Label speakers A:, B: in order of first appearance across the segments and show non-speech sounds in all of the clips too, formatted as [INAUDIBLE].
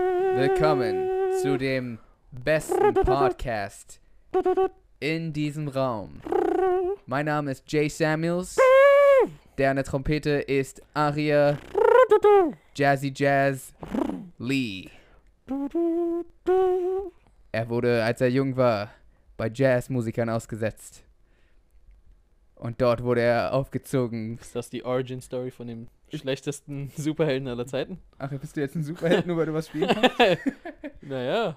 A: Willkommen zu dem besten Podcast in diesem Raum. Mein Name ist Jay Samuels. Der an der Trompete ist Aria Jazzy Jazz Lee. Er wurde, als er jung war, bei Jazzmusikern ausgesetzt. Und dort wurde er aufgezogen.
B: Ist das die Origin Story von dem schlechtesten Superhelden aller Zeiten?
A: Ach, bist du jetzt ein Superheld, nur weil du was spielst? [LAUGHS]
B: naja.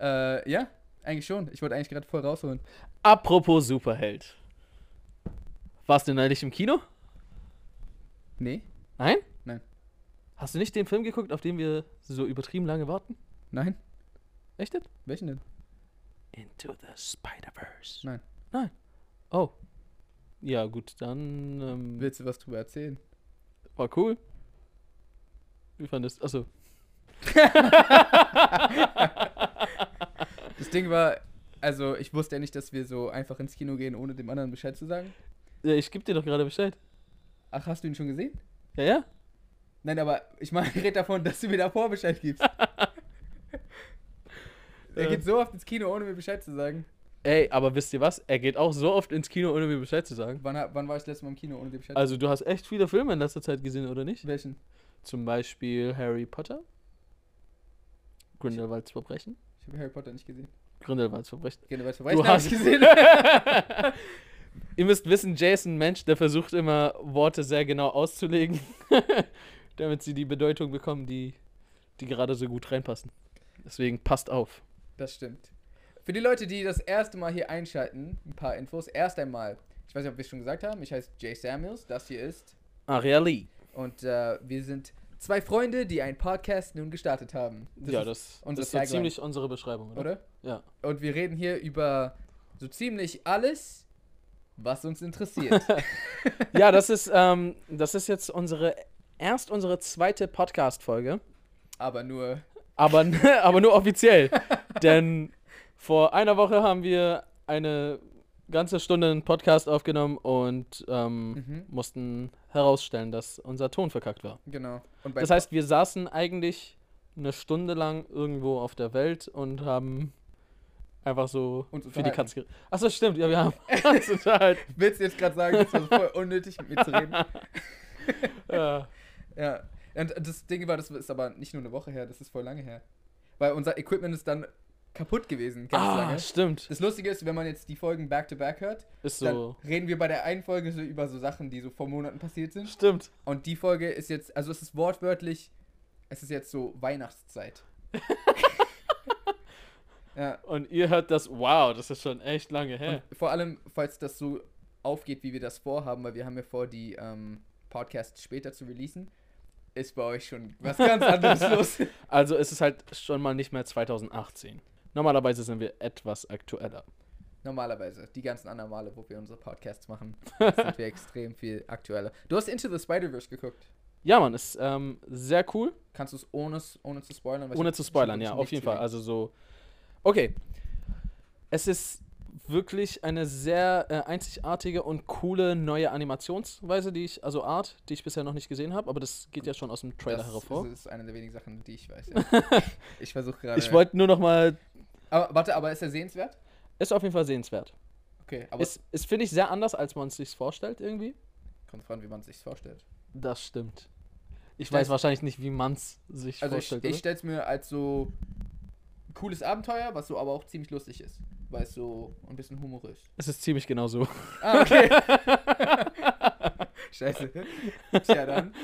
A: äh, ja, eigentlich schon. Ich wollte eigentlich gerade voll rausholen.
B: Apropos Superheld. Warst du neulich im Kino?
A: Nee?
B: Nein?
A: Nein.
B: Hast du nicht den Film geguckt, auf den wir so übertrieben lange warten?
A: Nein?
B: Echt nicht?
A: Welchen denn?
B: Into the Spider-Verse.
A: Nein.
B: Nein. Oh. Ja, gut, dann. Ähm,
A: Willst du was drüber erzählen?
B: War cool. Wie fandest also, du? Achso.
A: Das Ding war, also ich wusste ja nicht, dass wir so einfach ins Kino gehen, ohne dem anderen Bescheid zu sagen.
B: Ja, ich geb dir doch gerade Bescheid.
A: Ach, hast du ihn schon gesehen?
B: Ja, ja?
A: Nein, aber ich meine, [LAUGHS] ich rede davon, dass du mir davor Bescheid gibst. er
B: Äh.
A: geht so oft ins Kino, ohne mir Bescheid zu sagen.
B: Ey, aber wisst ihr was? Er geht auch so oft ins Kino, ohne mir Bescheid zu sagen.
A: Wann, ha- wann war ich das letzte Mal im Kino, ohne dir Bescheid zu
B: Also, du hast echt viele Filme in letzter Zeit gesehen, oder nicht?
A: sagen? Welchen?
B: Zum Beispiel Harry Potter. Grindelwalds Verbrechen.
A: Ich habe Harry Potter nicht gesehen.
B: Grindelwalds Verbrechen.
A: Gerne weiter
B: Du hast
A: gesehen.
B: [LAUGHS] Ihr müsst wissen, Jay ist ein Mensch, der versucht immer Worte sehr genau auszulegen, [LAUGHS] damit sie die Bedeutung bekommen, die, die gerade so gut reinpassen. Deswegen passt auf.
A: Das stimmt. Für die Leute, die das erste Mal hier einschalten, ein paar Infos. Erst einmal, ich weiß nicht, ob wir es schon gesagt haben, ich heiße Jay Samuels, das hier ist.
B: Ariali.
A: Und äh, wir sind zwei Freunde, die einen Podcast nun gestartet haben.
B: ja,
A: ist-
B: das,
A: unser
B: das ist ja
A: Tagline.
B: ziemlich unsere Beschreibung, oder?
A: Oder?
B: Ja.
A: Und wir reden hier über so ziemlich alles, was uns interessiert.
B: [LAUGHS] [LAUGHS] ja, das ist, ähm, das ist jetzt unsere erst unsere zweite Podcast-Folge.
A: Aber nur.
B: Aber, [LAUGHS] aber nur [LAUGHS] offiziell. Denn vor einer Woche haben wir eine ganze Stunde einen Podcast aufgenommen und ähm,
A: Mhm.
B: mussten herausstellen, dass unser Ton verkackt war.
A: Genau. Und bei
B: Das heißt, wir saßen eigentlich eine Stunde lang irgendwo auf der Welt und haben einfach so
A: Uns
B: für die
A: unterhalten.
B: Katze geredet. Achso, stimmt, ja, wir [LAUGHS] haben uns unterhalten.
A: willst du jetzt gerade sagen, das war
B: [LAUGHS]
A: voll unnötig, mit mir zu reden?
B: Ja.
A: Ja. Und das Ding war, das ist aber nicht nur eine Woche her, das ist voll lange her. Weil unser Equipment ist dann kaputt gewesen, ganz
B: ah,
A: lange.
B: stimmt.
A: Das Lustige ist, wenn man jetzt die Folgen back-to-back hört,
B: Ist
A: dann
B: so.
A: reden wir bei der einen Folge so über so Sachen, die so vor Monaten passiert sind.
B: Stimmt.
A: Und die Folge ist jetzt, also es ist wortwörtlich, es ist jetzt so Weihnachtszeit.
B: [LAUGHS]
A: ja.
B: Und ihr hört das, wow, das ist schon echt lange her.
A: Und vor allem, falls das so aufgeht, wie wir das vorhaben, weil wir haben ja vor, die ähm, Podcasts später zu releasen, ist bei euch schon was
B: [LAUGHS]
A: ganz anderes los.
B: Also ist es halt schon mal nicht mehr 2018. Normalerweise sind wir etwas aktueller.
A: Normalerweise, die ganzen anderen Male, wo wir unsere Podcasts machen, sind wir extrem viel aktueller. Du hast Into the Spider-Verse geguckt.
B: Ja, Mann, ist ähm, sehr cool.
A: Kannst du es ohne, ohne zu spoilern? Weil ich
B: Ohne
A: hab
B: zu
A: schon
B: spoilern,
A: wirklich
B: ja, auf
A: nichts
B: jeden Fall.
A: gesehen.
B: Also so. Okay. Es ist wirklich eine sehr äh, einzigartige und coole neue Animationsweise, die ich, also Art, die ich bisher noch nicht gesehen habe, aber das geht ja schon aus dem Trailer
A: das
B: hervor.
A: ist eine der wenigen Sachen, die ich weiß. Ja.
B: [LAUGHS]
A: ich versuche gerade.
B: Ich wollte nur noch mal,
A: Aber warte, aber ist er sehenswert?
B: ist auf jeden Fall sehenswert.
A: Okay, aber
B: Ist, ist finde ich, sehr anders, als man es sich vorstellt irgendwie.
A: kommt dran, wie man es sich vorstellt.
B: Das stimmt. Ich
A: Das-
B: weiß wahrscheinlich nicht, wie man es sich
A: Also ich,
B: vorstellt.
A: ich
B: oder?
A: stelle es mir als so cooles Abenteuer, was so aber auch ziemlich lustig ist, weil es so ein bisschen humorös.
B: Es ist ziemlich genau
A: [LAUGHS]
B: so. [LAUGHS]
A: Ah, okay. Scheiße. Tja, dann,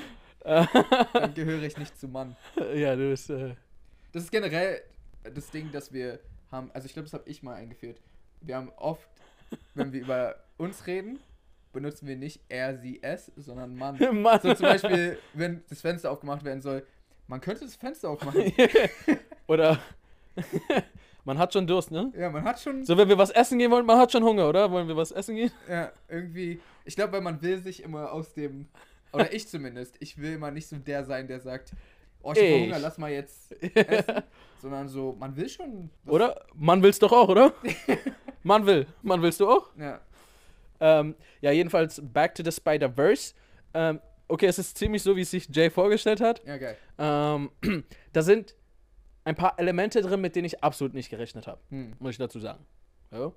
A: dann gehöre ich nicht zu Mann.
B: ja, du bist. Äh, [LAUGHS]
A: Das ist generell das Ding, dass wir haben, also ich glaube, das habe ich mal eingeführt. Wir haben oft, wenn wir über uns reden, benutzen wir nicht er, sie, es, sondern Mann.
B: Mann.
A: So zum Beispiel, wenn das Fenster aufgemacht werden soll, man könnte das Fenster
B: [LAUGHS]
A: aufmachen.
B: [LAUGHS] Oder [LAUGHS] man hat schon Durst, ne?
A: Ja, man hat schon
B: So, wenn wir was essen gehen wollen, man hat schon Hunger, oder? Wollen wir was essen gehen?
A: ja, irgendwie, ich glaube, weil man will sich immer aus dem, oder ich zumindest, ich will immer nicht so der sein, der sagt, oh, ich habe
B: Ich.
A: Hunger, lass
B: [LAUGHS]
A: mal jetzt essen. sondern so, man will schon. was-
B: Oder? Mann willst doch auch,
A: [LAUGHS]
B: oder? Mann will. Mann willst du auch?
A: Ja,
B: Ähm, ja, jedenfalls Back to the Spider-Verse. Ähm, Okay, es ist ziemlich so, wie es sich Jay vorgestellt hat.
A: Ja, geil.
B: Ähm, [CLEARS THROAT] da sind ein paar Elemente drin, mit denen ich absolut nicht gerechnet habe,
A: Hm.
B: muss ich dazu sagen. Ja.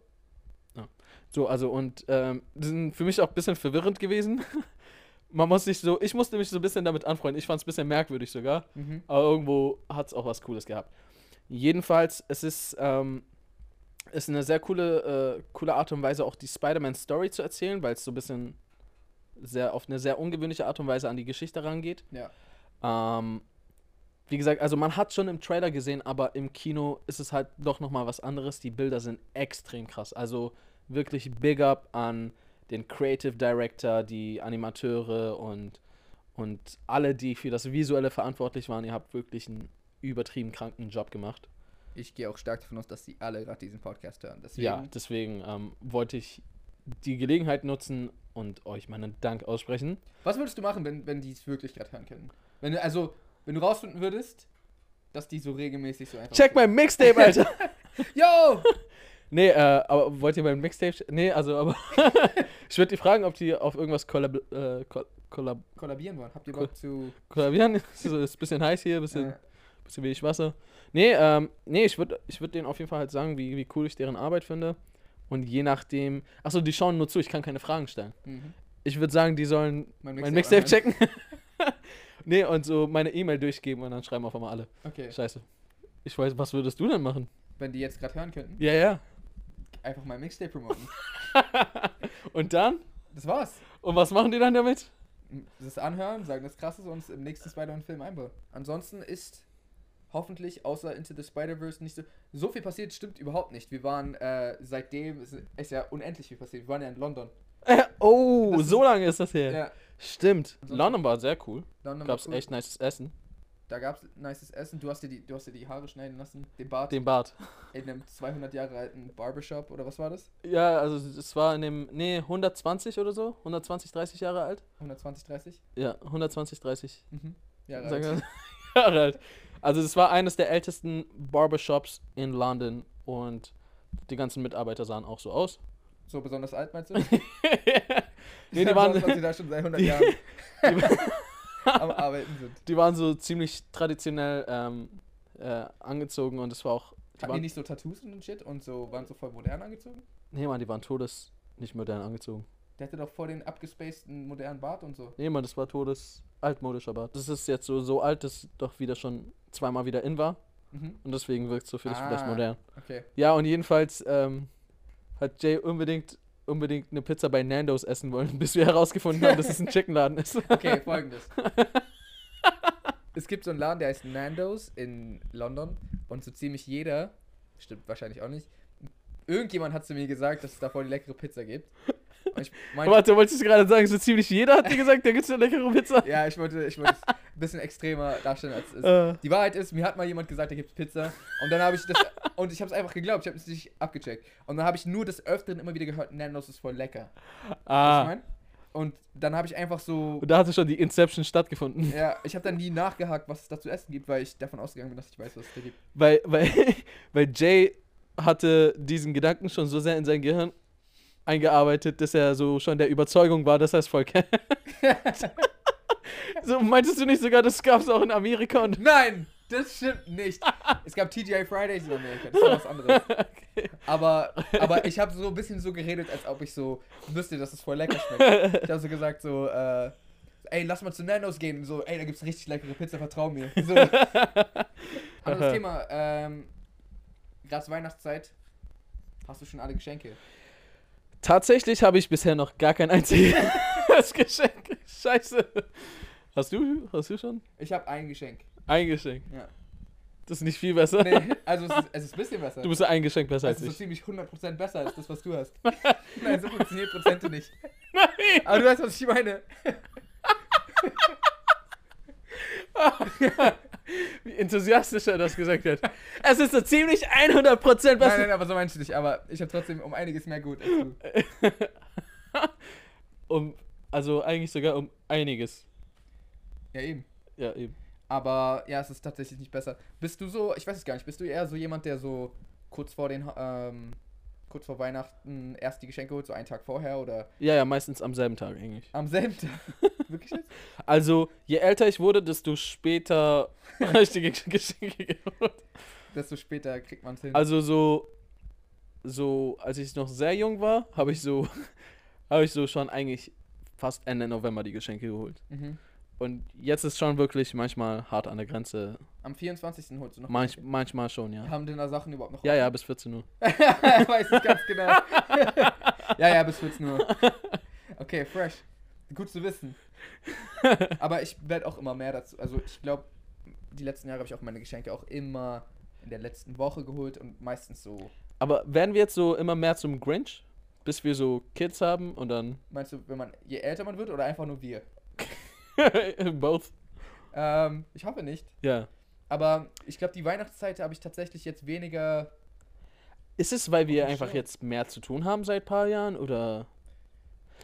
B: Ja. So, also und ähm, die sind für mich auch ein bisschen verwirrend gewesen. [LAUGHS] Man muss sich so, ich musste mich so ein bisschen damit anfreunden. Ich fand es ein bisschen merkwürdig sogar.
A: Mhm.
B: Aber irgendwo hat es auch was Cooles gehabt. Jedenfalls, es ist, ähm, ist eine sehr coole, äh, coole Art und Weise, auch die Spider-Man-Story zu erzählen, weil es so ein bisschen sehr auf eine sehr ungewöhnliche Art und Weise an die Geschichte rangeht.
A: Ja.
B: Ähm, wie gesagt, also man hat schon im Trailer gesehen, aber im Kino ist es halt doch nochmal was anderes. Die Bilder sind extrem krass. Also wirklich Big Up an den Creative Director, die Animateure und, und alle, die für das Visuelle verantwortlich waren. Ihr habt wirklich einen übertrieben kranken Job gemacht.
A: Ich gehe auch stark davon aus, dass sie alle gerade diesen Podcast hören. Deswegen,
B: Ja, deswegen ähm, wollte ich die Gelegenheit nutzen und euch meinen Dank aussprechen.
A: Was würdest du machen, wenn, wenn die es wirklich gerade hören können? Wenn du, also, wenn du rausfinden würdest, dass die so regelmäßig so einfach.
B: Check mein Mixtape, Alter!
A: Yo!
B: Nee, äh, aber wollt ihr beim Mixtape? sch- Nee, also, aber. [LAUGHS] ich würde die fragen, ob die auf irgendwas kollab äh, koll kollab
A: Kollabieren wollen. Habt ihr Bock zu.
B: kollabieren? [LAUGHS] ist ein bisschen heiß hier, bisschen,
A: Äh,
B: bisschen wenig Wasser. Nee, ähm, nee, ich würde ich würd denen auf jeden Fall halt sagen, wie, wie cool ich deren Arbeit finde. Und je nachdem. Achso, die schauen nur zu, ich kann keine Fragen stellen.
A: mhm.
B: Ich würde sagen, die sollen
A: Mein
B: mein
A: Mixtape
B: Mixtape checken. [LAUGHS] nee, und so meine E-Mail durchgeben und dann schreiben auf einmal alle.
A: Okay.
B: Scheiße. Ich weiß, was würdest du denn machen?
A: Wenn die jetzt gerade hören könnten,
B: Ja, ja.
A: einfach mein Mixtape
B: [LAUGHS]
A: promoten.
B: Und dann?
A: Das war's.
B: Und was machen die dann damit?
A: Das anhören, sagen das Krasse und es im nächsten Spider-Man-Film einbauen. Ansonsten ist hoffentlich außer Into the Spider-Verse nicht so. So viel passiert, stimmt überhaupt nicht. Wir waren äh, seitdem, es ist ja unendlich viel passiert. Wir waren ja in London.
B: Äh, [LAUGHS] oh,
A: Das ist-
B: so lange ist das her.
A: Ja,
B: Stimmt.
A: Ansonsten-
B: London war sehr cool.
A: London war
B: Gab's
A: cool.
B: echt nices Essen.
A: Da gab's nices Essen. Du hast dir die, du hast dir die Haare schneiden lassen, den Bart
B: Den Bart.
A: in einem 200 Jahre alten Barbershop oder was war das?
B: Ja, also es war in dem, nee, 120 oder so. 120, 30 Jahre alt.
A: 120, 30
B: Ja, 120, 30
A: mhm. Jahre
B: sagen
A: alt.
B: wir- [LAUGHS] Jahre alt. Also es war eines der ältesten Barbershops in London und die ganzen Mitarbeiter sahen auch so aus. [LAUGHS]
A: So besonders alt meinst du?
B: nee,
A: [LAUGHS]
B: die
A: Besonders, dass sie
B: waren,
A: da schon seit
B: [LAUGHS]
A: 100
B: die-
A: Jahren am Arbeiten sind.
B: die waren so ziemlich traditionell ähm, äh, angezogen und es war auch... Die
A: Hatten die
B: waren,
A: nicht so Tattoos und shit und so waren so voll modern angezogen?
B: nee, Mann, die waren todes, nicht modern angezogen.
A: Der hatte doch vor den abgespaceden modernen Bart und so.
B: Nee, Mann, das war todes altmodischer Bart. Das ist jetzt so, so alt, dass doch wieder schon zweimal wieder in war.
A: Mhm.
B: Und deswegen wirkt es so für dich vielleicht
A: Ah.
B: modern.
A: Okay.
B: Ja, und jedenfalls ähm, hat Jay unbedingt, unbedingt eine Pizza bei Nando's essen wollen, [LAUGHS] bis wir herausgefunden haben, dass es ein Chickenladen
A: [LAUGHS]
B: ist. [LAUGHS]
A: Okay, folgendes. es gibt so einen Laden, der heißt Nando's in London und so ziemlich jeder, stimmt wahrscheinlich auch nicht, irgendjemand hat zu mir gesagt, dass es da voll die leckere Pizza gibt. Und ich
B: [LAUGHS]
A: meinte,
B: Warte, wolltest du gerade sagen, so ziemlich jeder hat dir gesagt, da gibt's eine leckere Pizza?
A: ja, ich wollte, ich wollte es ein bisschen extremer
B: [LAUGHS]
A: darstellen, als es ist.
B: Äh,
A: Die Wahrheit ist, mir hat mal jemand gesagt, da gibt's Pizza. Und dann habe ich das. und ich habe es einfach geglaubt, ich habe es nicht abgecheckt. Und dann habe ich nur des Öfteren immer wieder gehört, Nando's ist voll lecker. Weißt du,
B: ah,
A: was ich mein? Und dann habe ich einfach so.
B: [LAUGHS] und da hatte schon die Inception stattgefunden.
A: Ja, ich habe dann nie nachgehakt, was es da zu essen gibt, weil ich davon ausgegangen bin, dass ich weiß, was es da gibt.
B: Weil, weil, [LAUGHS] weil Jay hatte diesen Gedanken schon so sehr in sein Gehirn eingearbeitet, dass er so schon der Überzeugung war, dass er es voll kennt. so meintest du nicht sogar, das gab es auch in Amerika und [LAUGHS]
A: Nein, das stimmt nicht. Es gab TGI Fridays in Amerika, das war was anderes. Aber, aber ich habe so ein bisschen so geredet, als ob ich so wüsste, dass es voll lecker schmeckt. Ich habe so gesagt, so, äh, ey, lass mal zu Nandos gehen. So, ey, da gibt's richtig leckere Pizza, vertrau mir. So. Anderes Thema, ähm, gerade Weihnachtszeit. Hast du schon alle Geschenke?
B: tatsächlich habe ich bisher noch gar kein einziges [LAUGHS] Geschenk. Scheiße. Hast du, hast du schon?
A: Ich habe ein Geschenk.
B: Ein Geschenk.
A: Ja.
B: Das ist nicht viel besser.
A: Nee, also es ist, es ist ein bisschen besser.
B: Du bist ein Geschenk besser
A: Das
B: als
A: ist so
B: ich.
A: ziemlich 100% besser als das, was du
B: [LAUGHS]
A: hast. Nein, so funktioniert Prozente nicht. Aber du weißt, was ich meine.
B: Wie enthusiastisch er das gesagt hat. Es ist so ziemlich 100% besser.
A: Nein, nein, aber so meinst du nicht. Aber ich habe trotzdem um einiges mehr gut als du.
B: um, also eigentlich sogar um einiges.
A: Ja, eben.
B: Ja, eben.
A: Aber ja, es ist tatsächlich nicht besser. Bist du so, ich weiß es gar nicht, bist du eher so jemand, der so kurz vor den, ähm, kurz vor Weihnachten erst die Geschenke holt, so einen Tag vorher oder
B: Ja, ja, meistens am selben Tag eigentlich.
A: am selben
B: [LAUGHS]
A: Tag. Wirklich jetzt?
B: Also, je älter ich wurde, desto später [LAUGHS] richtige Geschenke geholt.
A: Desto später kriegt man es hin.
B: Also so, so, als ich noch sehr jung war, habe ich so, [LAUGHS] habe ich so schon eigentlich fast Ende November die Geschenke geholt.
A: mhm.
B: Und jetzt ist schon wirklich manchmal hart an der Grenze.
A: Am 24. holst du noch.
B: Manch, manchmal schon, ja.
A: Haben denn da Sachen überhaupt noch?
B: Ja, ja, bis 14 Uhr.
A: er [LAUGHS] weiß es ganz genau. ja, ja, bis 14 Uhr. Okay, fresh. Gut zu wissen. Aber ich werde auch immer mehr dazu. Also ich glaube, die letzten Jahre habe ich auch meine Geschenke auch immer in der letzten Woche geholt und meistens so.
B: Aber werden wir jetzt so immer mehr zum Grinch? Bis wir so Kids haben und dann [LAUGHS]
A: Meinst du, wenn man je älter man wird oder einfach nur wir?
B: both.
A: Ähm, ich hoffe nicht.
B: Ja.
A: Aber ich glaube, die Weihnachtszeit habe ich tatsächlich jetzt weniger.
B: Ist es, weil wir
A: Komisch,
B: einfach
A: ne?
B: jetzt mehr zu tun haben seit paar Jahren oder?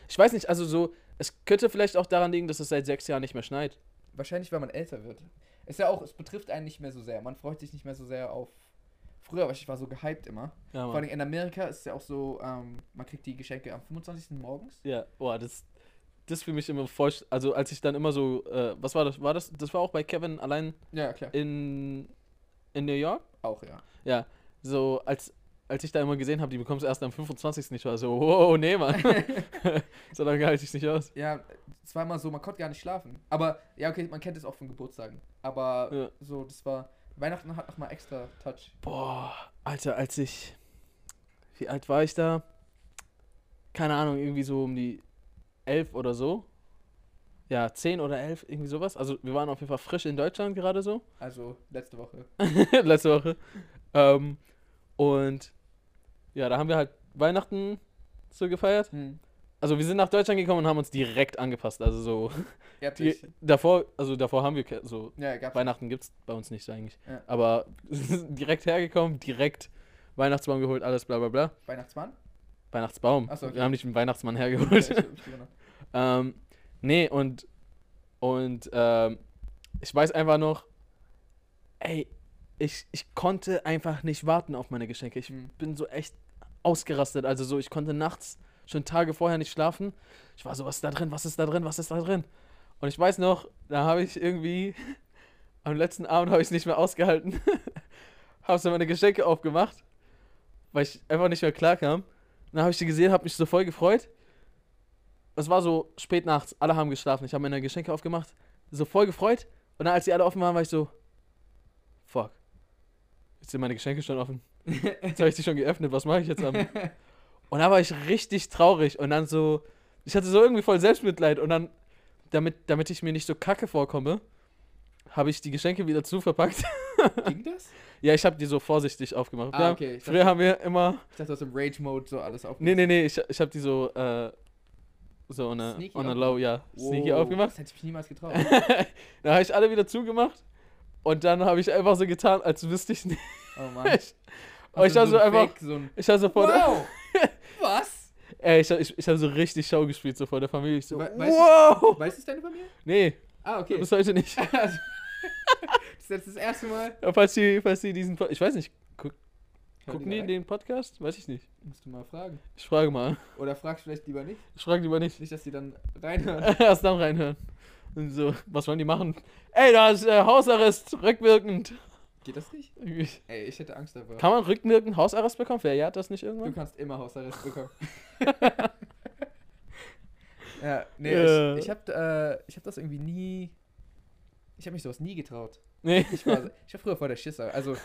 B: Ich weiß nicht, also so, es könnte vielleicht auch daran liegen, dass es seit sechs Jahren nicht mehr schneit.
A: Wahrscheinlich, weil man älter wird. Ist ja auch, es betrifft einen nicht mehr so sehr. Man freut sich nicht mehr so sehr auf. Früher war ich ich war so gehypt immer.
B: Ja,
A: Vor
B: Mann.
A: allem in Amerika ist es ja auch so, ähm, man kriegt die Geschenke am 25. morgens.
B: ja boah, das, das für mich immer voll, sch- also als ich dann immer so, äh, was war das, war das, das war auch bei Kevin allein
A: Ja, klar.
B: in, in New York?
A: Auch, ja.
B: Ja, so als, als ich da immer gesehen habe, die bekommst du erst am 25. Ich war so, wow, nee, Mann. [LAUGHS] so lange halte ich nicht aus.
A: Ja, es war immer so, man konnte gar nicht schlafen. Aber, ja, okay, man kennt es auch von Geburtstagen. Aber
B: Ja.
A: so, das war. Weihnachten hat nochmal extra Touch.
B: Boah, Alter, als ich, wie alt war ich da? Keine Ahnung, irgendwie so um die 11 oder so. Ja, 10 oder 11, irgendwie sowas. Also wir waren auf jeden Fall frisch in Deutschland gerade so. [LAUGHS]
A: Also, letzte Woche.
B: letzte Woche. Ähm, und ja, da haben wir halt Weihnachten so gefeiert.
A: Hm.
B: Also wir sind nach Deutschland gekommen und haben uns direkt angepasst. Also so
A: Ja,
B: die, davor, also davor haben wir ke- so
A: ja gab's.
B: Weihnachten gibt's bei uns nicht so eigentlich.
A: Ja.
B: Aber [LAUGHS] direkt hergekommen, direkt Weihnachtsbaum geholt, alles bla bla bla. [LAUGHS]
A: Weihnachtsmann?
B: Weihnachtsbaum.
A: Ach so, okay.
B: Wir haben nicht einen Weihnachtsmann
A: Ja,
B: hergeholt.
A: ich hab- ich hab noch-
B: Ähm, nee, und, und ähm, ich weiß einfach noch, ey, ich, ich konnte einfach nicht warten auf meine Geschenke. Ich
A: Mhm.
B: bin so echt ausgerastet. Also so, ich konnte nachts schon Tage vorher nicht schlafen. Ich war so, was ist da drin, was ist da drin, was ist da drin? Und ich weiß noch, da habe ich irgendwie, [LAUGHS] am letzten Abend habe ich es nicht mehr ausgehalten. [LAUGHS] habe so meine Geschenke aufgemacht, weil ich einfach nicht mehr klar kam. Dann habe ich die gesehen, habe mich so voll gefreut es war so spät nachts, alle haben geschlafen. Ich habe meine Geschenke aufgemacht, so voll gefreut. Und dann, als die alle offen waren, war ich so, fuck. Jetzt sind meine Geschenke schon offen. Jetzt habe ich die schon geöffnet, was mache ich jetzt am?
A: [LAUGHS]
B: Und da war ich richtig traurig und dann so, ich hatte so irgendwie voll Selbstmitleid und dann, damit, damit ich mir nicht so kacke vorkomme, habe ich die Geschenke wieder zuverpackt.
A: Ging das?
B: [LAUGHS] ja, ich habe die so vorsichtig aufgemacht. Wir
A: Ah,
B: haben-
A: okay. Ich dachte,
B: Früher haben wir immer,
A: ich dachte, du hast im Rage-Mode so alles auf.
B: nee, nee, nee, ich, ich habe die so, äh, so on a,
A: Sneaky
B: on a low, ja, sneaky
A: Wow,
B: aufgemacht.
A: Das hätte ich mich niemals getraut.
B: [LAUGHS] Da habe ich alle wieder zugemacht und dann habe ich einfach so getan, als wüsste ich nicht.
A: Oh
B: [LAUGHS]
A: Mann.
B: Und ich
A: Hast du
B: habe so
A: ein
B: einfach,
A: Fake, Also so ein
B: ich habe so vor der, [LAUGHS]
A: Wow! Was?
B: ey, ich, hab- ich, ich habe so richtig Show gespielt, so vor der Familie. Ich so,
A: We- weißt
B: wow!
A: Weißt du es deine Familie?
B: Nee,
A: Ah, okay.
B: bis heute nicht. [LAUGHS]
A: Also, [LAUGHS] das ist jetzt das erste Mal.
B: Ja, falls die, falls die diesen, Pod- ich weiß nicht, guck, gucken die
A: rein.
B: den Podcast? Weiß ich nicht.
A: Musst du mal fragen.
B: Ich frage mal.
A: Oder fragst vielleicht lieber nicht.
B: Ich frage lieber nicht.
A: Nicht, dass die dann
B: [LAUGHS]
A: reinhören.
B: Erst dann reinhören. Und so, was wollen die machen? Ey, da ist äh, Hausarrest, rückwirkend.
A: Geht das nicht?
B: Irgendwie-
A: Ey, ich hätte Angst davor.
B: Kann man rückwirkend Hausarrest bekommen? Verjährt das nicht
A: Du
B: irgendwann?
A: kannst immer Hausarrest
B: [LAUGHS]
A: bekommen. [LAUGHS] ja, nee,
B: Ja.
A: ich, ich hab, äh, ich hab das irgendwie nie. Ich hab mich sowas nie getraut.
B: Nee.
A: Ich war, ich war früher voll der Schisser. Also,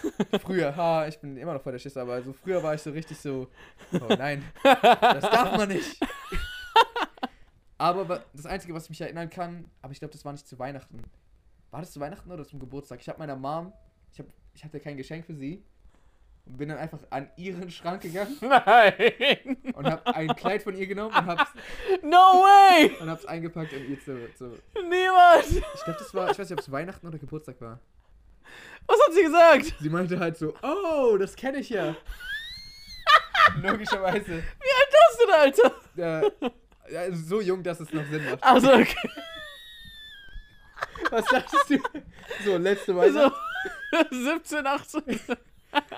A: früher, ha, ich bin immer noch voll der Schisser, aber so früher war ich so richtig so, oh nein, das
B: [LAUGHS]
A: darf man nicht. Aber wa- das Einzige, was ich mich erinnern kann, aber ich glaube, das war nicht zu Weihnachten. War das zu Weihnachten oder zum Geburtstag? Ich habe meiner Mom, ich, hab, ich hatte kein Geschenk für sie und bin dann einfach an ihren Schrank gegangen
B: Nein.
A: und habe ein Kleid von ihr genommen und hab's,
B: No way!
A: und hab's eingepackt und ihr zu. zu.
B: Niemand!
A: Ich glaube, das war, ich weiß nicht, ob es Weihnachten oder Geburtstag war.
B: Was hat sie gesagt?
A: Sie meinte halt so, oh, das kenne ich ja. Logischerweise.
B: Wie alt bist du denn, Alter?
A: Äh, ja, so jung, dass es noch Sinn macht.
B: Also, okay.
A: Was sagst du? So, letzte
B: So, Also. [LAUGHS]
A: Weihnachten.
B: 17, 18.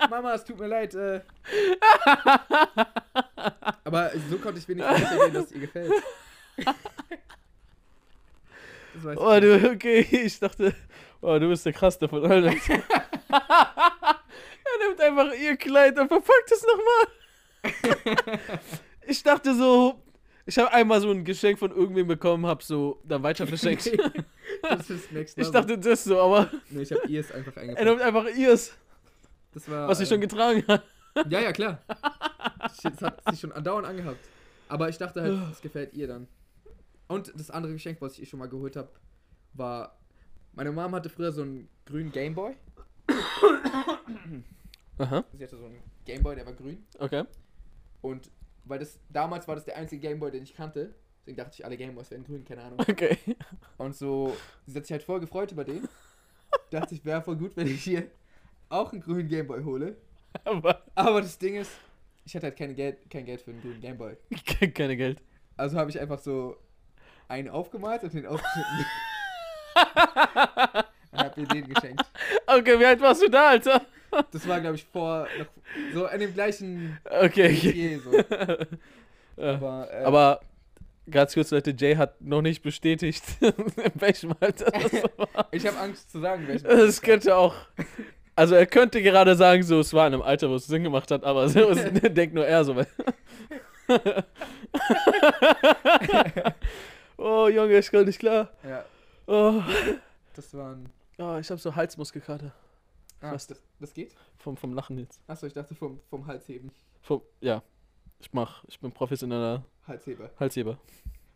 A: Mama, es tut mir
B: [LAUGHS]
A: leid. Äh. Aber so konnte ich wenigstens sicher gehen, dass es ihr gefällt.
B: [LAUGHS]
A: das weiß
B: Oh, du, okay, ich dachte, oh, du bist der Krasse von allen. [LAUGHS] er nimmt einfach ihr Kleid und verpackt es nochmal. ich dachte so, ich habe einmal so ein Geschenk von irgendwem bekommen, hab so dann [LAUGHS]
A: ich.
B: weiterverschenkt.
A: Nee, das ist next
B: Ich
A: level.
B: dachte das so, aber
A: Nee, ich habe ihr es einfach
B: er
A: eingepackt.
B: nimmt einfach ihrs,
A: Das war,
B: was sie schon
A: äh,
B: getragen hat.
A: Ja,
B: [LAUGHS]
A: ja, klar. Shit, das hat sie schon andauernd angehabt. Aber ich dachte halt, es gefällt ihr dann. Und das andere Geschenk, was ich ihr schon mal geholt habe, war. Meine Mom hatte früher so einen grünen Gameboy.
B: Aha,
A: Sie hatte so einen Gameboy, der war grün.
B: okay.
A: Und weil das damals war das der einzige Gameboy, den ich kannte. Deswegen dachte ich, alle Gameboys wären grün, keine Ahnung.
B: Okay. [LAUGHS]
A: Und so, sie hat sich halt voll gefreut über den. Dachte ich, wäre voll gut, wenn ich hier auch einen grünen Gameboy hole.
B: Aber
A: Aber das Ding ist, ich hatte halt kein Geld, kein Geld für einen grünen Gameboy.
B: ke- keine Geld.
A: Also habe ich einfach so einen aufgemalt und den aufgeschnitten.
B: [LAUGHS]
A: und habe ihr den geschenkt.
B: Okay, wie alt warst du da, Alter?
A: Das war, glaube ich, vor, noch, so an dem gleichen
B: Okay,
A: Spiel.
B: [LAUGHS]
A: So.
B: okay. Äh.
A: Aber, äh,
B: Aber ganz kurz, Leute, Jay hat noch nicht bestätigt, [LAUGHS] in welchem Alter das
A: [LAUGHS]
B: war.
A: ich habe Angst zu sagen, welchen.
B: Das könnte auch. Also er könnte gerade sagen, so es war in einem Alter, wo es Sinn gemacht hat, aber so es-
A: [LAUGHS]
B: denkt nur er so. weil- oh Junge, ich komme nicht klar.
A: Ja,
B: Oh.
A: das waren.
B: oh, ich habe so Halsmuskelkater
A: Ah,
B: Was?
A: das, das geht?
B: vom, vom Lachen jetzt.
A: Achso, ich dachte vom, vom Hals heben.
B: Vom, ja, ich mach, ich bin professioneller
A: Halsheber.
B: Halsheber.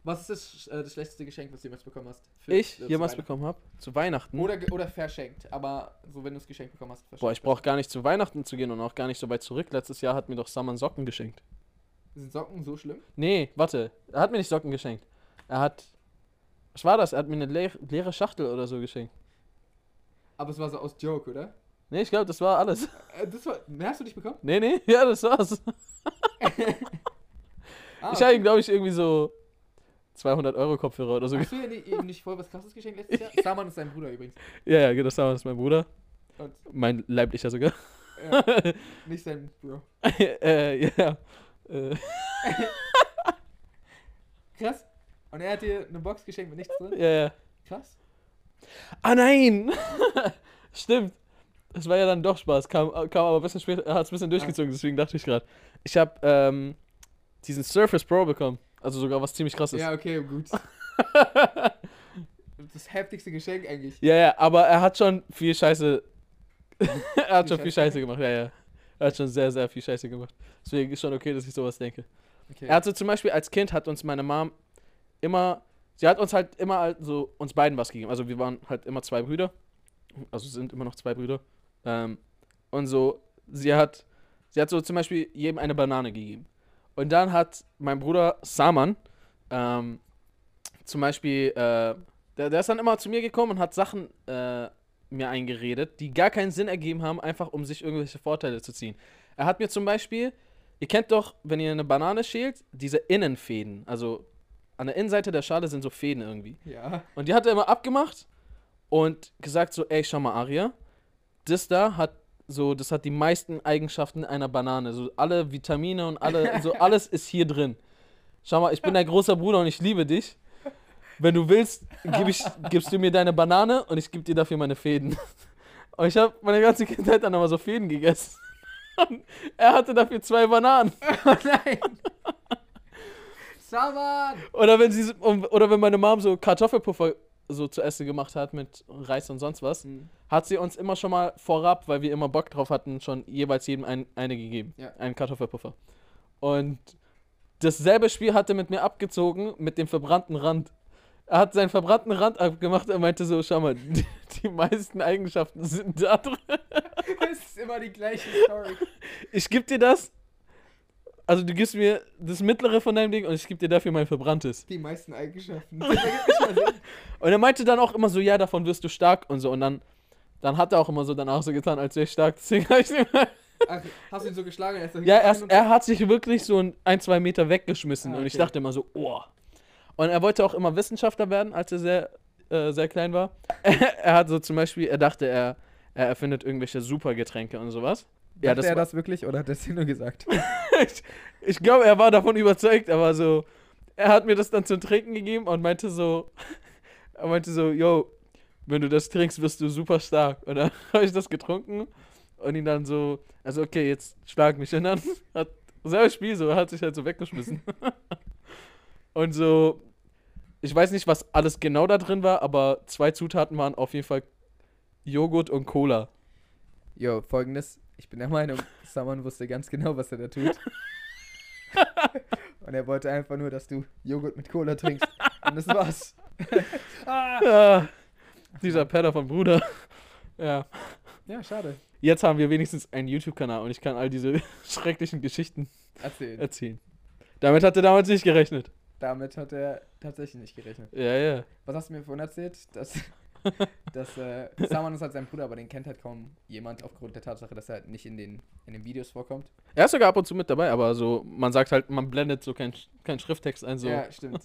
A: Was ist das, sch- äh, das schlechteste Geschenk, was du jemals bekommen hast? Für-
B: Ich
A: äh, zu
B: jemals
A: Weihnachten?
B: bekommen habe zu Weihnachten.
A: Oder, ge- oder verschenkt, aber so, wenn du es geschenkt bekommen hast.
B: Boah,
A: verschenkt.
B: ich brauche gar nicht zu Weihnachten zu gehen und auch gar nicht so weit zurück. Letztes Jahr hat mir doch Saman Socken geschenkt.
A: Sind Socken so schlimm?
B: Nee, warte. Er hat mir nicht Socken geschenkt. Er hat. Was war das? Er hat mir eine leer, leere Schachtel oder so geschenkt.
A: Aber es war so aus Joke, oder?
B: Nee, ich glaube, das war alles. [LAUGHS]
A: Äh, das war, mehr hast du nicht bekommen?
B: Nee, nee, ja, das war's.
A: Ah,
B: Ich habe ihm, glaube ich, irgendwie so 200 Euro Kopfhörer oder so. ge-
A: Hast du ja nicht, eben nicht voll was krasses geschenkt
B: [LAUGHS]
A: letztes Jahr? Saman ist sein Bruder übrigens.
B: Ja, ja, genau, das war das mein Bruder.
A: Und
B: Mein leiblicher sogar. [LAUGHS]
A: ja, nicht sein Bro.
B: äh, ja. Äh,
A: Krass. Und er hat dir eine Box geschenkt mit nichts drin.
B: ja, ja.
A: Krass.
B: Ah nein! [LAUGHS] Stimmt. Das war ja dann doch Spaß, kam, äh, kam aber ein bisschen später, er hat es ein bisschen durchgezogen, deswegen dachte ich gerade. Ich habe ähm, diesen Surface Pro bekommen. Also sogar was ziemlich krasses.
A: Ja, okay, gut. Das heftigste Geschenk eigentlich.
B: [LAUGHS] ja, ja, aber er hat schon viel [LAUGHS] Scheiße. er hat
A: Viel
B: schon viel Scheiße gemacht, ja, ja. Er hat schon sehr, sehr viel Scheiße gemacht. Deswegen ist schon okay, dass ich sowas denke.
A: Okay.
B: Er hat so zum Beispiel als Kind hat uns meine Mom immer, sie hat uns halt immer halt so uns beiden was gegeben. Also wir waren halt immer zwei Brüder, also sind immer noch zwei Brüder. Ähm, und so, sie hat, sie hat so zum Beispiel jedem eine Banane gegeben. Und dann hat mein Bruder Saman ähm, zum Beispiel, äh, der, der ist dann immer zu mir gekommen und hat Sachen äh, mir eingeredet, die gar keinen Sinn ergeben haben, einfach um sich irgendwelche Vorteile zu ziehen. Er hat mir zum Beispiel, ihr kennt doch, wenn ihr eine Banane schält, diese Innenfäden. Also an der Innenseite der Schale sind so Fäden irgendwie.
A: Ja.
B: Und die hat er immer abgemacht und gesagt so, ey, schau mal, Aria, das da hat so, das hat die meisten Eigenschaften einer Banane. So alle Vitamine und alle, so alles ist hier drin. Schau mal, ich bin dein großer Bruder und ich liebe dich. Wenn du willst, gib ich, gibst du mir deine Banane und ich gebe dir dafür meine Fäden. Und ich habe meine ganze Kindheit dann immer so Fäden gegessen. [LAUGHS] Und er hatte dafür zwei Bananen.
A: Oh nein. Saman.
B: Oder wenn sie um, oder wenn meine Mom so Kartoffelpuffer so zu essen gemacht hat mit Reis und sonst was,
A: Mhm.
B: hat sie uns immer schon mal vorab, weil wir immer Bock drauf hatten, schon jeweils jedem ein, eine gegeben.
A: Ja.
B: Einen Kartoffelpuffer. Und dasselbe Spiel hat er mit mir abgezogen, mit dem verbrannten Rand. Er hat seinen verbrannten Rand abgemacht und meinte so, schau mal, [LAUGHS] die, die meisten Eigenschaften sind da drin.
A: Es ist immer die gleiche Story.
B: Ich geb dir das. Also du gibst mir das mittlere von deinem Ding und ich geb dir dafür mein verbranntes.
A: Die meisten Eigenschaften. Das ergibt nicht mal Sinn.
B: Und er meinte dann auch immer so, ja, davon wirst du stark und so. Und dann, dann hat er auch immer so danach so getan, als wäre ich stark. Deswegen hab ich's
A: [LAUGHS]
B: nicht mehr-
A: [LAUGHS] Ach, hast du ihn so geschlagen? Er ist dann
B: Ja, er,
A: hingegangen
B: er hat sich wirklich so ein, ein zwei Meter weggeschmissen
A: Ah,
B: und ich
A: okay.
B: dachte immer so, oh. Und er wollte auch immer Wissenschaftler werden, als er sehr, äh, sehr klein [LAUGHS] war. er hat so zum Beispiel, er dachte, er, er erfindet irgendwelche Supergetränke und sowas. Ja,
A: Ja,
B: das
A: er
B: war-
A: das wirklich oder hat er es dir nur gesagt?
B: ich ich glaube, er war davon überzeugt, aber so, er hat mir das dann zum Trinken gegeben und meinte so, [LAUGHS] er meinte so, yo, wenn du das trinkst, wirst du super stark. Und dann [LAUGHS] habe ich das getrunken und ihn dann so, also okay, jetzt schlag mich. Und dann [LAUGHS] hat selber Spiel so, hat sich halt so weggeschmissen. [LAUGHS] und so, ich weiß nicht, was alles genau da drin war, aber zwei Zutaten waren auf jeden Fall Joghurt und Cola.
A: [LAUGHS] Jo, folgendes. Ich bin der Meinung, Saman wusste ganz genau, was er da [LAUGHS] tut. Und er wollte einfach nur, dass du Joghurt mit Cola trinkst. Und das war's.
B: Ah, [LAUGHS] dieser Pedder von Bruder. [LAUGHS] Ja.
A: Ja, schade.
B: Jetzt haben wir wenigstens einen YouTube-Kanal und ich kann all diese [LAUGHS] schrecklichen Geschichten
A: Erzähl.
B: erzählen. Damit hat er damals nicht gerechnet.
A: Damit hat er tatsächlich nicht gerechnet.
B: Ja, ja.
A: Was hast du mir vorhin erzählt? Dass, dass äh, Saman ist halt sein Bruder, aber den kennt halt kaum jemand aufgrund der Tatsache, dass er halt nicht in den, in den Videos vorkommt.
B: Er ist sogar ab und zu mit dabei, aber so, man sagt halt, man blendet so keinen kein Schrifttext ein. So.
A: Ja, stimmt.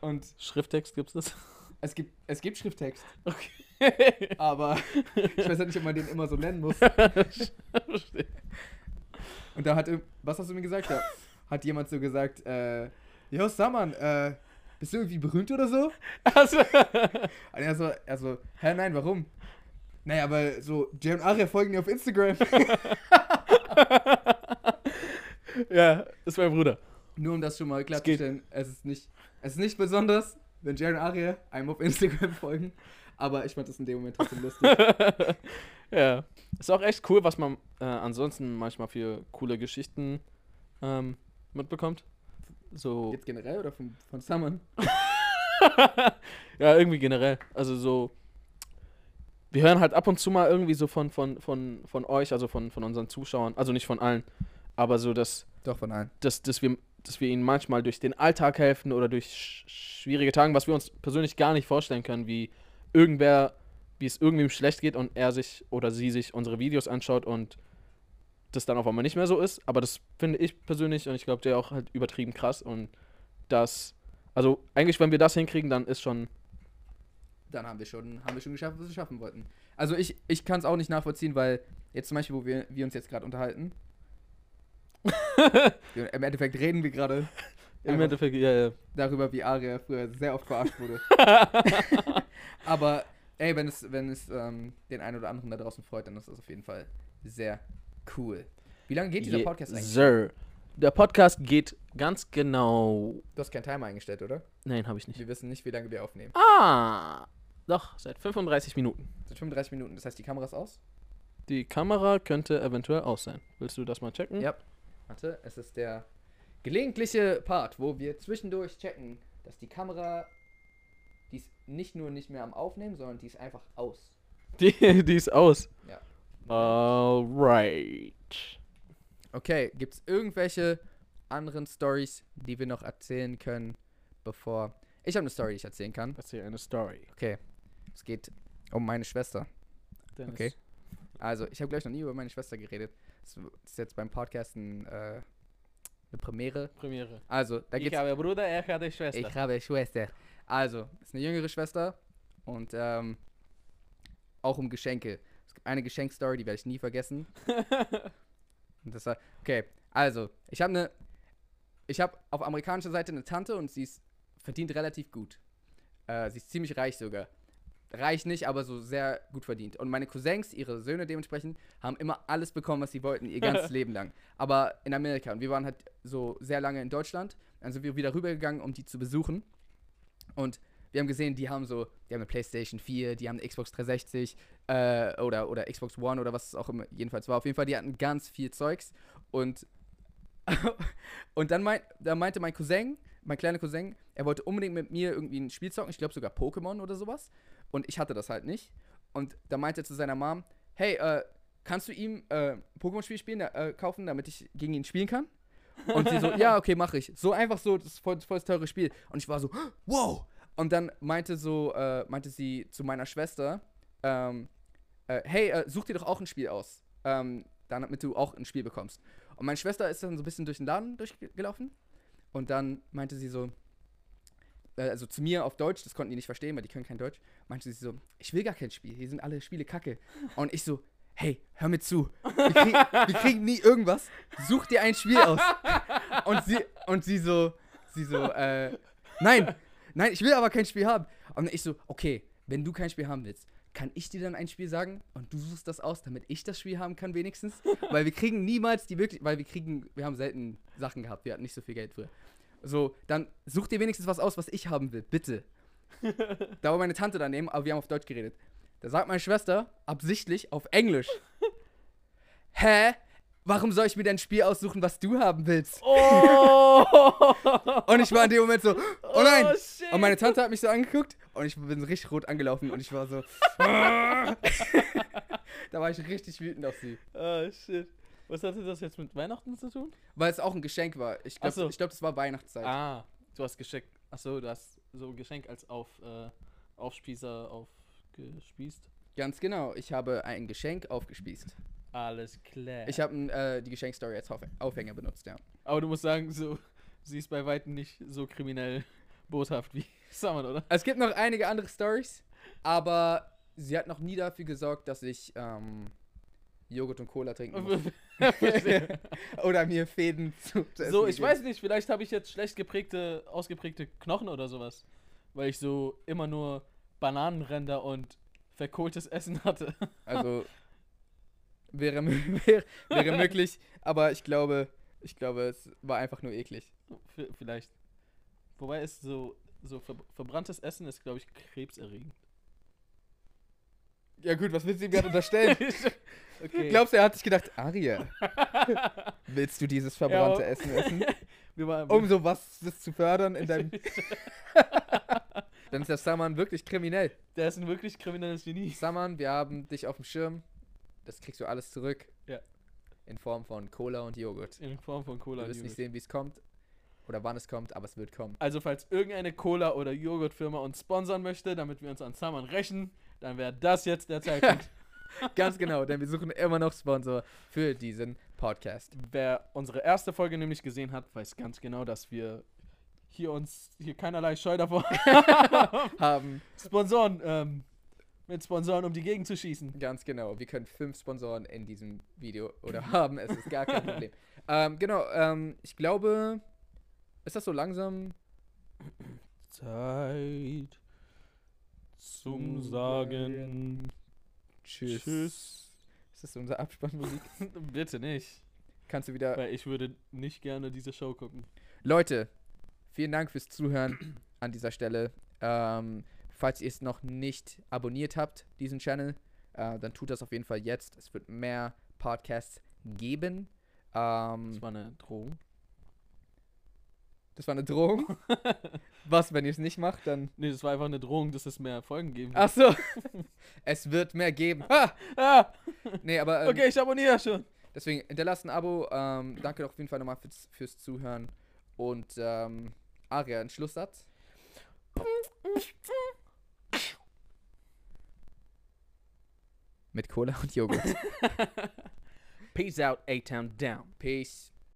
A: Und
B: Schrifttext gibt's [LAUGHS] das?
A: es gibt, es gibt Schrifttext,
B: Okay.
A: aber ich weiß halt nicht, ob man den immer so nennen muss.
B: Verstehe.
A: Und da hat, ir- was hast du mir gesagt? Da hat jemand so gesagt, äh, yo, Saman, äh, bist du irgendwie berühmt oder so?
B: also,
A: Und er so, er so, hä, nein, warum? Naja, weil so, Jay und Aria folgen dir auf Instagram.
B: ja, ist mein Bruder.
A: Nur um das schon mal
B: geht.
A: klarzustellen, es ist nicht, es ist nicht besonders, wenn Jay und Aria einem auf Instagram [LAUGHS] folgen. Aber ich fand das in dem Moment trotzdem [LAUGHS] lustig.
B: [LAUGHS] ja. Ist auch echt cool, was man äh, ansonsten manchmal für coole Geschichten ähm, mitbekommt. So.
A: Jetzt generell oder von, von Saman?
B: [LAUGHS] ja, irgendwie generell. Also so. Wir hören halt ab und zu mal irgendwie so von, von, von, von euch, also von, von unseren Zuschauern, also nicht von allen, aber so, dass,
A: Doch, von allen.
B: dass, dass, wir, dass wir ihnen manchmal durch den Alltag helfen oder durch sch schwierige Tage, was wir uns persönlich gar nicht vorstellen können, wie irgendwer, wie es irgendwem schlecht geht und er sich oder sie sich unsere Videos anschaut und das dann auf einmal nicht mehr so ist. Aber das finde ich persönlich und ich glaube, der auch halt übertrieben krass und das, also eigentlich, wenn wir das hinkriegen, dann ist schon
A: dann haben wir schon, haben wir schon geschafft, was wir schaffen wollten. Also ich, ich kann es auch nicht nachvollziehen, weil jetzt zum Beispiel, wo wir, wir uns jetzt gerade unterhalten, wir, im Endeffekt reden wir gerade
B: Im
A: einfach
B: Endeffekt, ja, ja.
A: darüber, wie Aria früher sehr oft verarscht [LAUGHS] wurde. Aber ey, wenn es, wenn es ähm, den einen oder anderen da draußen freut, dann ist das auf jeden Fall sehr cool. Wie lange geht dieser
B: Ye-
A: Podcast eigentlich?
B: Sir. Der Podcast geht ganz genau.
A: Du hast keinen Timer eingestellt, oder?
B: Nein, habe ich nicht.
A: Wir wissen nicht, wie lange wir aufnehmen.
B: Ah! Doch, seit 35 Minuten.
A: Seit 35 Minuten. Das heißt, die Kamera ist aus?
B: Die Kamera könnte eventuell aus sein. Willst du das mal checken?
A: Ja. Warte, es ist der gelegentliche Part, wo wir zwischendurch checken, dass die Kamera, die ist nicht nur nicht mehr am Aufnehmen, sondern die ist einfach aus.
B: Die, [LAUGHS] die ist aus.
A: Ja.
B: Alright.
A: Okay, gibt's irgendwelche anderen Stories, die wir noch erzählen können, bevor ich habe eine Story, die ich erzählen kann.
B: Erzähl eine Story.
A: Okay, es geht um meine Schwester.
B: Dennis.
A: Okay. Also, ich habe gleich noch nie über meine Schwester geredet. Das ist jetzt beim Podcast ein, äh, eine Premiere.
B: Premiere.
A: Also, da geht's
B: habe Bruder, er hat eine Schwester.
A: Ich habe Schwester. Also, ist eine jüngere Schwester und ähm, auch um Geschenke. Es gibt eine Geschenkstory, die werde ich nie vergessen. und das war okay. Also, ich habe eine, ich habe auf amerikanischer Seite eine Tante und sie ist, verdient relativ gut. Äh, sie ist ziemlich reich sogar. Reich nicht, aber so sehr gut verdient. Und meine Cousins, ihre Söhne dementsprechend, haben immer alles bekommen, was sie wollten, ihr ganzes Leben lang. Aber in Amerika. Und wir waren halt so sehr lange in Deutschland. Dann sind wir wieder rübergegangen, um die zu besuchen. Und wir haben gesehen, die haben so, die haben eine PlayStation 4, die haben eine Xbox 360 äh, oder, oder Xbox One oder was es auch immer jedenfalls war. Auf jeden Fall, die hatten ganz viel Zeugs. Und, [LAUGHS] und dann, mein, dann meinte mein Cousin, mein kleiner Cousin, er wollte unbedingt mit mir irgendwie ein Spiel zocken, ich glaube sogar Pokémon oder sowas. Und ich hatte das halt nicht. Und da meinte er zu seiner Mom, hey, äh, kannst du ihm äh, ein Pokémon-Spiel spielen, äh, kaufen, damit ich gegen ihn spielen kann? Und sie so, ja, okay, mache ich. So einfach so, das ist voll, voll das teure Spiel. Und ich war so, [GASPS] wow! Und dann meinte so, äh, meinte sie zu meiner Schwester, ähm, äh, hey, äh, such dir doch auch ein Spiel aus, ähm, damit du auch ein Spiel bekommst. Und meine Schwester ist dann so ein bisschen durch den Laden durchgelaufen und dann meinte sie so, äh, also zu mir auf Deutsch, das konnten die nicht verstehen, weil die können kein Deutsch, meinte sie so, ich will gar kein Spiel, hier sind alle Spiele kacke. Und ich so, hey, hör mir zu. Wir, krieg, wir kriegen nie irgendwas. Such dir ein Spiel aus. Und sie, und sie so, sie so, äh, nein, nein, ich will aber kein Spiel haben. Und ich so, okay, wenn du kein Spiel haben willst, kann ich dir dann ein Spiel sagen und du suchst das aus, damit ich das Spiel haben kann wenigstens? Weil wir kriegen niemals die Möglichkeit, weil wir kriegen, wir haben selten Sachen gehabt, wir hatten nicht so viel Geld früher. So, dann such dir wenigstens was aus, was ich haben will, bitte. Da war meine Tante daneben, aber wir haben auf Deutsch geredet. Da sagt meine Schwester absichtlich auf Englisch. [LAUGHS] Hä? Warum soll ich mir denn ein Spiel aussuchen, was du haben willst? [LAUGHS]
B: Oh!
A: Und ich war in dem Moment so, oh nein!
B: Oh, shit.
A: und meine Tante hat mich so angeguckt und ich bin richtig rot angelaufen und ich
B: [LAUGHS]
A: war so. [LAUGHS] da war ich richtig wütend auf sie.
B: Ah, shit. Was hatte das jetzt mit Weihnachten zu tun?
A: Weil es auch ein Geschenk war. Ich
B: Ach
A: glaube,
B: so.
A: ich glaub, es war Weihnachtszeit.
B: Ah, du hast Geschenk. Achso, du hast so ein Geschenk als auf, äh, Aufspießer aufgespießt.
A: Ganz genau. Ich habe ein Geschenk aufgespießt.
B: Alles klar.
A: Ich habe äh, die Geschenkstory als Aufhä- Aufhänger benutzt, ja.
B: Aber du musst sagen, so, sie ist bei weitem nicht so kriminell boshaft wie [LAUGHS] Saman, oder?
A: Es gibt noch einige andere Stories, aber sie hat noch nie dafür gesorgt, dass ich ähm, Joghurt und Cola trinken muss.
B: [LAUGHS]
A: [LAUGHS]
B: Verstehe.
A: Oder mir Fäden zu. zu
B: so,
A: essen
B: ich
A: gegeben.
B: weiß nicht, vielleicht habe ich jetzt schlecht geprägte, ausgeprägte Knochen oder sowas. Weil ich so immer nur Bananenränder und verkohltes Essen [LAUGHS] hatte.
A: [LAUGHS] Also wäre, mö- wäre, wäre möglich, aber ich glaube, ich glaube, es war einfach nur eklig.
B: V- Vielleicht. Wobei es so, so ver verbranntes Essen ist, glaube ich,
A: [LAUGHS]
B: krebserregend.
A: Ja gut, was willst du ihm gerade [LAUGHS] unterstellen?
B: okay.
A: Glaubst du, er hat sich gedacht, [LAUGHS] Aria, willst du dieses verbrannte
B: Ja,
A: Essen essen?
B: wir waren,
A: Um so was das zu fördern in deinem... [LAUGHS] Dann ist der Saman wirklich kriminell.
B: [LAUGHS] der ist ein wirklich kriminelles Genie.
A: Saman, wir haben dich auf dem Schirm. Das kriegst du alles zurück.
B: Ja.
A: In Form von Cola und Joghurt.
B: In Form von Cola.
A: Wir wirst
B: Joghurt.
A: nicht sehen, wie es kommt. Oder wann es kommt, aber es wird kommen.
B: Also falls irgendeine Cola- oder Joghurtfirma uns sponsern möchte, damit wir uns an Saman rächen, dann wäre das jetzt der
A: [LAUGHS]
B: Zeitpunkt.
A: Ganz genau, denn wir suchen immer noch Sponsor für diesen Podcast.
B: Wer unsere erste Folge nämlich gesehen hat, weiß ganz genau, dass wir hier uns hier keinerlei Scheu
A: [LAUGHS]
B: davor
A: Haben,
B: Sponsoren ähm, mit Sponsoren um die Gegend zu schießen.
A: ganz genau, wir können fünf Sponsoren in diesem Video
B: Mhm.
A: oder haben, es ist gar kein
B: [LAUGHS]
A: Problem. ähm, genau, ähm, ich glaube, ist das so langsam?
B: Zeit
A: zum Sagen. Tschüss. Ist das unsere Abspannmusik?
B: [LAUGHS] Bitte nicht,
A: Kannst du wieder.
B: weil ich würde nicht gerne diese Show gucken.
A: Hm. Leute, vielen Dank fürs Zuhören [CLEARS THROAT] an dieser Stelle. Ähm, falls ihr es noch nicht abonniert habt, diesen Channel, äh, dann tut das auf jeden Fall jetzt. Es wird mehr Podcasts geben. Ähm,
B: Das war eine Drohung.
A: das war
B: [LAUGHS]
A: eine Drohung. Was, wenn ihr es nicht macht, dann.
B: Nee, das war einfach eine Drohung, dass es mehr Folgen geben wird.
A: Ach so. [LAUGHS] es wird mehr geben. Ha!
B: Ah,
A: Nee, aber ähm,
B: okay, ich abonniere schon.
A: deswegen hinterlasst ein Abo. Ähm, danke doch auf jeden Fall nochmal fürs, fürs Zuhören. Und ähm, Aria, ein Schlusssatz. Mit Cola und Joghurt.
B: [LAUGHS] Peace out, A-Town down.
A: Peace.